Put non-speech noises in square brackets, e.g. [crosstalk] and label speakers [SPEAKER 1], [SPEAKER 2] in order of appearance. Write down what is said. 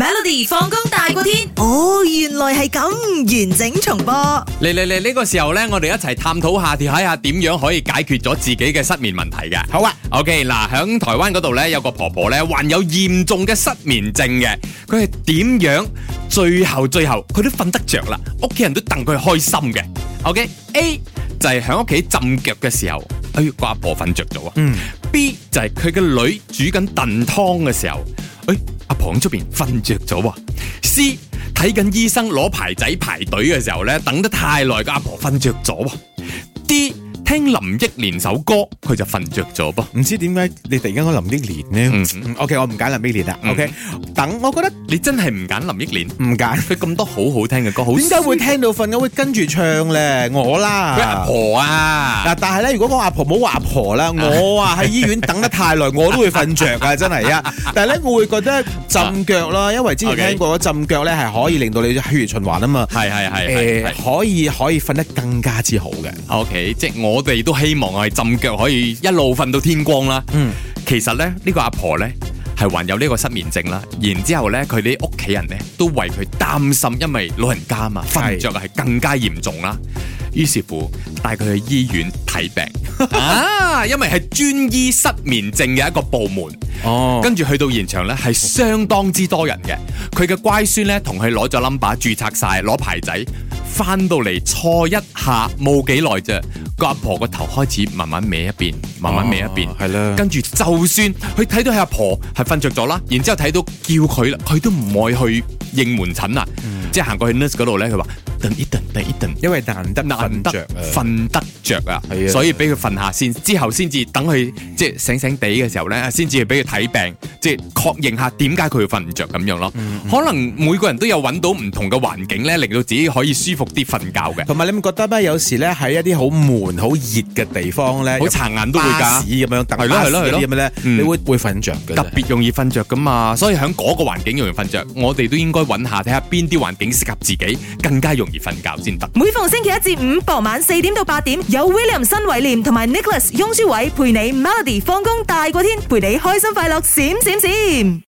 [SPEAKER 1] Melody 放工大過天，哦，原來係咁，完整重播。
[SPEAKER 2] 嚟嚟嚟！呢個時候呢，我哋一齊探討下，睇下點樣可以解決咗自己嘅失眠問題嘅。
[SPEAKER 3] 好啊，
[SPEAKER 2] OK，嗱，響台灣嗰度呢，有個婆婆呢，患有嚴重嘅失眠症嘅，佢係點樣？最後最後，佢都瞓得着啦，屋企人都戥佢開心嘅。OK，A 就係響屋企浸腳嘅時候，哎呀，個阿婆瞓着咗啊。
[SPEAKER 3] 嗯
[SPEAKER 2] B 就係佢嘅女煮緊燉湯嘅時候，哎，阿婆喺出邊瞓着咗喎。C 睇緊醫生攞牌仔排隊嘅時候呢，等得太耐，個阿婆瞓着咗喎。D 聽林憶蓮首歌，佢就瞓着咗噃。
[SPEAKER 3] 唔知點解你突然間講林憶蓮呢
[SPEAKER 2] 嗯
[SPEAKER 3] 嗯？OK，我唔揀林憶蓮啦。
[SPEAKER 2] 嗯
[SPEAKER 3] OK，等我覺得
[SPEAKER 2] 你真係唔揀林憶蓮？
[SPEAKER 3] 唔揀，
[SPEAKER 2] 佢咁多好好聽嘅歌，好
[SPEAKER 3] 點解
[SPEAKER 2] 舒
[SPEAKER 3] 會
[SPEAKER 2] 服
[SPEAKER 3] 聽到瞓嘅會跟住唱咧？我啦，
[SPEAKER 2] 佢阿婆啊？
[SPEAKER 3] 嗱，但係咧，如果我阿婆冇話阿婆啦，我啊喺醫院等得太耐，我都會瞓着噶，真係
[SPEAKER 2] [laughs]
[SPEAKER 3] 啊！但係咧，我會覺得浸腳啦，因為之前
[SPEAKER 2] OK
[SPEAKER 3] 聽過浸腳咧係可以令到你血液循環啊嘛，
[SPEAKER 2] 係係係係
[SPEAKER 3] 誒
[SPEAKER 2] 係
[SPEAKER 3] 可以可以瞓得更加之好嘅。
[SPEAKER 2] ，OK，即係我哋都希望我係浸腳可以一路瞓到天光啦。
[SPEAKER 3] 嗯，
[SPEAKER 2] 其實咧，呢個阿婆咧係患有呢個失眠症啦，然之後咧佢哋屋企人咧都為佢擔心，因為老人家嘛瞓唔
[SPEAKER 3] 係
[SPEAKER 2] 着係更加嚴重啦。於是乎帶佢去醫院睇病啊， [laughs] 因為係專醫失眠症嘅一個部門。
[SPEAKER 3] 哦
[SPEAKER 2] 跟住去到現場呢，係相當之多人嘅。佢嘅乖孫呢，同佢攞咗 number 註冊晒，攞牌仔，翻到嚟錯一下冇幾耐啫，個阿婆個頭開始慢慢歪一邊，慢慢歪一邊，
[SPEAKER 3] 哦係啦
[SPEAKER 2] 跟住就算佢睇到佢阿婆係瞓着咗啦，然之後睇到叫佢啦，佢都唔愛去應門診啦，
[SPEAKER 3] 嗯
[SPEAKER 2] 即係行過去 nurse 嗰度呢，佢話等一等，等一等。
[SPEAKER 3] 因為難得
[SPEAKER 2] 難
[SPEAKER 3] 瞓
[SPEAKER 2] 得
[SPEAKER 3] 着啊
[SPEAKER 2] 瞓得着啊
[SPEAKER 3] 係，啊
[SPEAKER 2] 所以俾佢瞓下先，之後先至等佢即係醒醒地嘅時候咧，先至俾佢睇病，即係確認下點解佢會瞓唔着咁樣咯。
[SPEAKER 3] 嗯
[SPEAKER 2] 可能每個人都有揾到唔同嘅環境咧，令到自己可以舒服啲瞓覺嘅。
[SPEAKER 3] 同埋你唔覺得咩？有時咧喺一啲好悶、好熱嘅地方咧，
[SPEAKER 2] 好殘眼都會㗎
[SPEAKER 3] 巴士咁樣等
[SPEAKER 2] 係咯
[SPEAKER 3] 巴
[SPEAKER 2] 係
[SPEAKER 3] 士
[SPEAKER 2] 咯
[SPEAKER 3] 嗰
[SPEAKER 2] 係咯
[SPEAKER 3] 啲咁樣咧，
[SPEAKER 2] 嗯
[SPEAKER 3] 你會會瞓着嘅。
[SPEAKER 2] 特別容易瞓着噶嘛，所以喺嗰個環境容易瞓着，我哋都應該揾下睇下邊啲環境適合自己，更加容易瞓覺先得。
[SPEAKER 1] 每逢星期一至五傍晚四點到八點，有 William 新偉廉同埋 Nicholas 雍舒偉陪你 Melody 放工大過天，陪你開心快樂閃閃閃。